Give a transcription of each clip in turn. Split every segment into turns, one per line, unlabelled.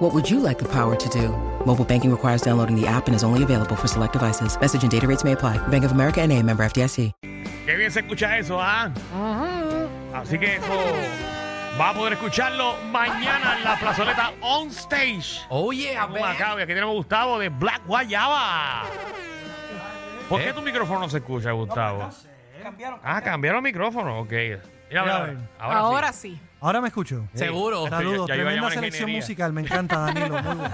What would you like the power to do? Mobile banking requires downloading the app and is only available for select devices. Message and data rates may apply. Bank of America and a member FDIC.
Qué bien se escucha eso, ¿ah? Así que eso va a poder escucharlo mañana en la plazoleta on stage.
Oye, a
Vamos acá, y aquí tenemos a Gustavo de Black Guayaba. ¿Por qué tu micrófono no se escucha, Gustavo? Cambiaron. Ah, cambiaron el micrófono, ok. Mira, mira,
a ver.
Ahora, sí.
sí.
Ahora me escucho.
Seguro.
Saludos,
Ya- ya iba a
tremenda
llamar a
selección
ingeniería.
musical, me encanta Danilo, muy bueno.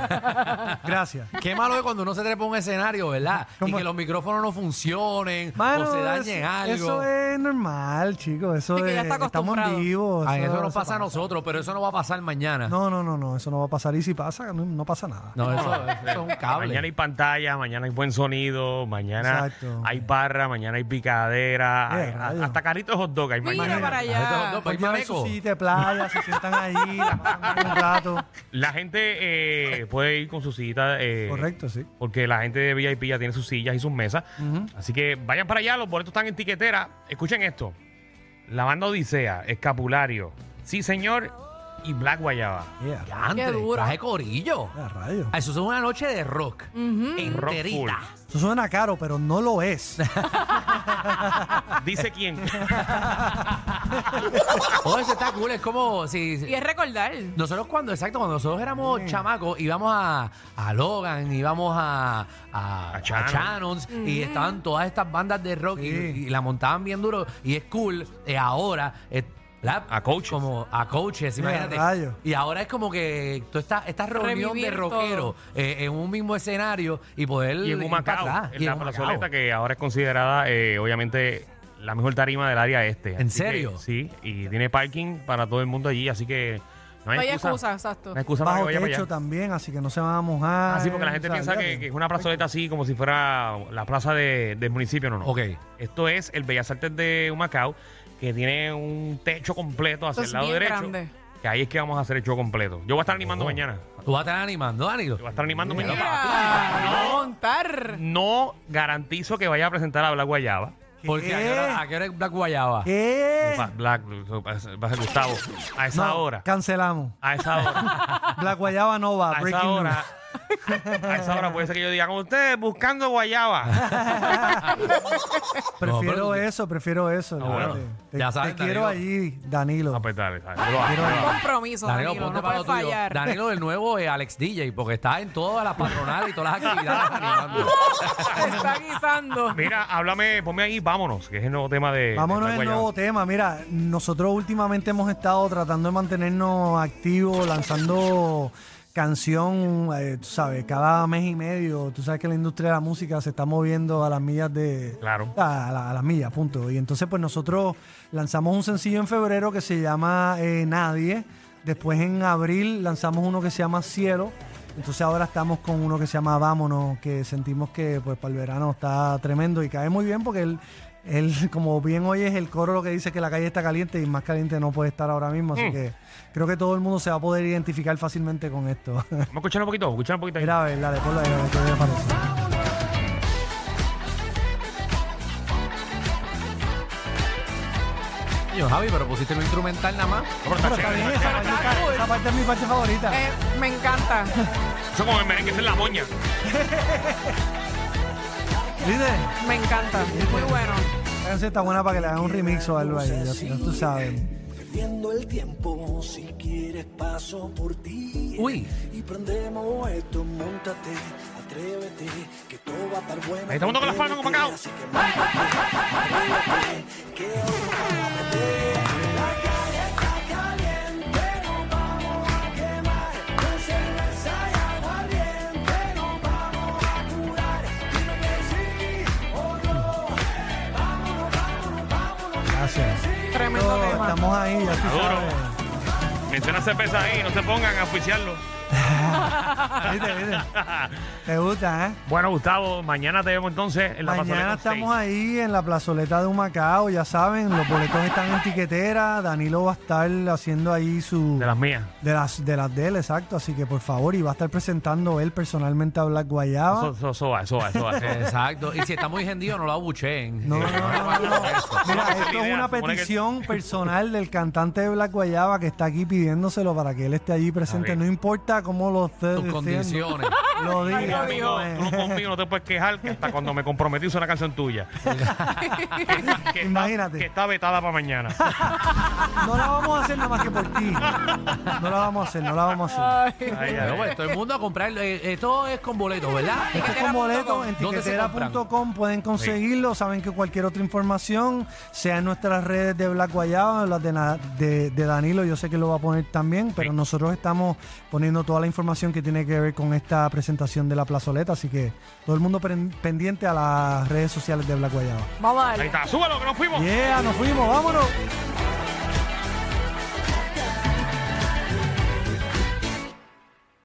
Gracias.
Qué malo es cuando uno se trepa a un escenario, ¿verdad? Y
¿Cómo?
que los micrófonos no funcionen o
Mano,
se dañen
eso,
algo.
eso es normal, chicos, eso
Sí, que ya
es,
está
estamos en
acostumbrado.
vivo.
Ah, eso nos pasa a nosotros, pero eso no va a pasar mañana.
No, no, no, no, eso no va a pasar y si pasa, no, no pasa nada.
No, eso, eso es un cable.
Mañana hay pantalla, mañana hay buen sonido, mañana
Exacto.
hay barra, mañana hay picadera,
Eh,
hay- a-
rayos.
hasta caritos hot dog hay
Mira
mañana.
para
Ahorita,
allá.
Ah, no, pues,
pues,
Hay más
Mameco.
sushi de playa, se sientan ahí, la pasan bien un rato.
La gente eh, puede ir con su cita. eh,
Correcto, sí.
Porque la gente de VIP ya tiene sus sillas y sus mesas. Así que vayan para allá, los boletos están en tiquetera. Escuchen esto. La banda Odisea, Escapulario, Sí Señor y Black Guayaba.
Yeah,
Ya, Andrés,
Qué duro.
traje corillo.
yeah, rayo.
Ah, Eso es una noche de rock.
Rock
Enterita.
full.
Eso suena caro, pero no lo es.
Dice quién.
Oh, eso está cool. Es como si... si-
Y es recordar.
Nosotros cuando, exacto, cuando nosotros éramos chamacos, íbamos a, a Logan, íbamos a, a,
A Channons.
a Channons, y estaban todas estas bandas de rock y-
Sí.
y, la montaban bien duro y es cool. eh, ahora es la-
A coaches.
Como a coaches, imagínate.
rayos.
Y ahora es como que toda esta, esta reunión
Revivir
de rockeros
todo.
eh, en un mismo escenario y poder
y en
ir para
Humacao,
atrás.
en
Y
la
en Ah, Humacao.
plazoleta que ahora es considerada, eh, obviamente, la mejor tarima del área este.
¿En
Así que,
serio?
sí, y tiene parking para todo el mundo allí, así que no hay,
No hay excusa, exacto.
No hay excusa para que
Bajo
vaya para allá.
techo también, así que no se van a mojar.
Ah, sí, porque la gente
o sea,
piensa que,
olvídate.
que es una plazoleta así, como si fuera la plaza de- del municipio, no, no.
Ok.
Esto es el Bellas Artes de Humacao, que tiene un techo completo hacia
Esto es
el lado
bien
derecho.
grande.
Que ahí es que vamos a hacer el show completo. Yo voy a estar animando mañana.
Tú vas a estar animando, Danilo.
Yo voy a estar animando mañana.
Mira, voy a montar.
No garantizo que vaya a presentar a Black Guayaba.
Porque ¿a qué hora, a qué hora es Black Guayaba?
Eh.
¿Qué?
Va- Black, va a ser va a ser Gustavo. A esa
No,
hora.
cancelamos.
A esa hora.
Black Guayaba no va.
A
breaking
esa
news.
hora. A esa hora puede ser que yo diga con ustedes buscando Guayaba.
Prefiero
No, pero-
eso, prefiero eso.
Ah, bueno.
fíjate. Te,
Ya
te
sabes,
quiero
Danilo.
allí, Danilo.
A petarle, ¿sabes? pues Yo lo hago, yo lo
Un
hago.
compromiso,
Danilo,
Danilo.
ponte
no
para
puede
lo tuyo.
fallar.
Danilo, el nuevo es Alex DJ, porque está en todas las patronales y todas las actividades animando.
Te está guisando.
Mira, háblame, ponme ahí, vámonos, que es el nuevo tema de.
Vámonos
de
al
Black
nuevo tema. Mira, nosotros últimamente hemos estado tratando de mantenernos activos, lanzando canción, eh, tú sabes, cada mes y medio. Tú sabes que la industria de la música se está moviendo a las millas de...
Claro.
A, la- a las millas, punto. Y entonces pues nosotros lanzamos un sencillo en febrero que se llama eh, Nadie. Después en abril lanzamos uno que se llama Cielo. Entonces ahora estamos con uno que se llama Vámonos, que sentimos que pues para el verano está tremendo y cae muy bien porque él, él como bien hoy es el coro lo que dice que la calle está caliente y más caliente no puede estar ahora mismo. Así que creo que todo el mundo se va a poder identificar fácilmente con esto.
Vamos a escuchar un poquito, escuchar un poquito. ahí.
Mira, a ver, dale, ponlo ahí, a ver qué le parece.
Coño, Javi, pero pusiste lo instrumental nada más.
No, pero está
Pero está
chévere,
bien,
está
esa
chévere.
parte, esa parte es mi parte favorita.
Eh, me encanta.
Eso como el merengue, esa es la moña.
¿Viste?
Me encanta. Muy bueno.
La canción está buena para que le hagan un remix o algo ahí, así, tú sabes.
Viendo el tiempo, si quieres paso por ti.
Uy.
Y prendemos esto, montate, atrévete, que todo va a estar bueno.
Ahí todo el mundo con las palmas, como acá.
Así que montate, atrévete, que hoy
Gracias.
Tremendo
Oh,
tema.
estamos ahí, ya tú
Duro.
sabes.
Menciona cerveza ahí, no se pongan a oficiarlo.
¿Viste, viste? Te gusta, ¿eh?
Bueno, Gustavo, mañana te vemos entonces en la
Mañana
Plazoleta
estamos
State.
ahí en la plazoleta de Humacao, ya saben, los boletos están en tiquetera, Danilo va a estar haciendo ahí su...
De las mías.
De las, de las de él, exacto. Así que por favor, y va a estar presentando él personalmente a Black Guayaba.
Eso, eso, eso va, eso va, eso va.
Exacto. Y si está muy hendido, no lo abucheen.
No, no, no, no, no. Mira,
Esa es
esto
la
es
idea,
una
supone que-
petición personal del cantante de Black Guayaba que está aquí pidiéndoselo para que él esté allí presente.
Ok.
No importa cómo lo esté
Tus
diciendo,
condiciones.
Lo
Tú
diga. pues.
conmigo, tú conmigo no te puedes quejar que hasta cuando me comprometí hice una canción tuya. Que- que está-
Imagínate.
que está vetada para mañana.
No la vamos a hacer nada más que por ti. No la vamos a hacer, no la vamos a hacer.
Ay,
Ay, ay,
Pero
ay.
bueno, todo el mundo a comprar. eh, esto es con boletos, ¿verdad?
Esto es con boletos en
¿Dónde se compran?
tiquetera.com pueden conseguirlo. Saben que cualquier otra información, sea en nuestras redes de Black Guayaba, las de, na- de- de Danilo, yo sé que lo va a poner también, pero
Sí.
nosotros estamos poniendo toda la información que tiene que ver con esta presentación de la plazoleta. Así que todo el mundo pen- pendiente a las redes sociales de Black Guayaba.
Vamos a
Ahí
darle.
está, súbalo que nos fuimos.
Yeah, nos fuimos, vámonos.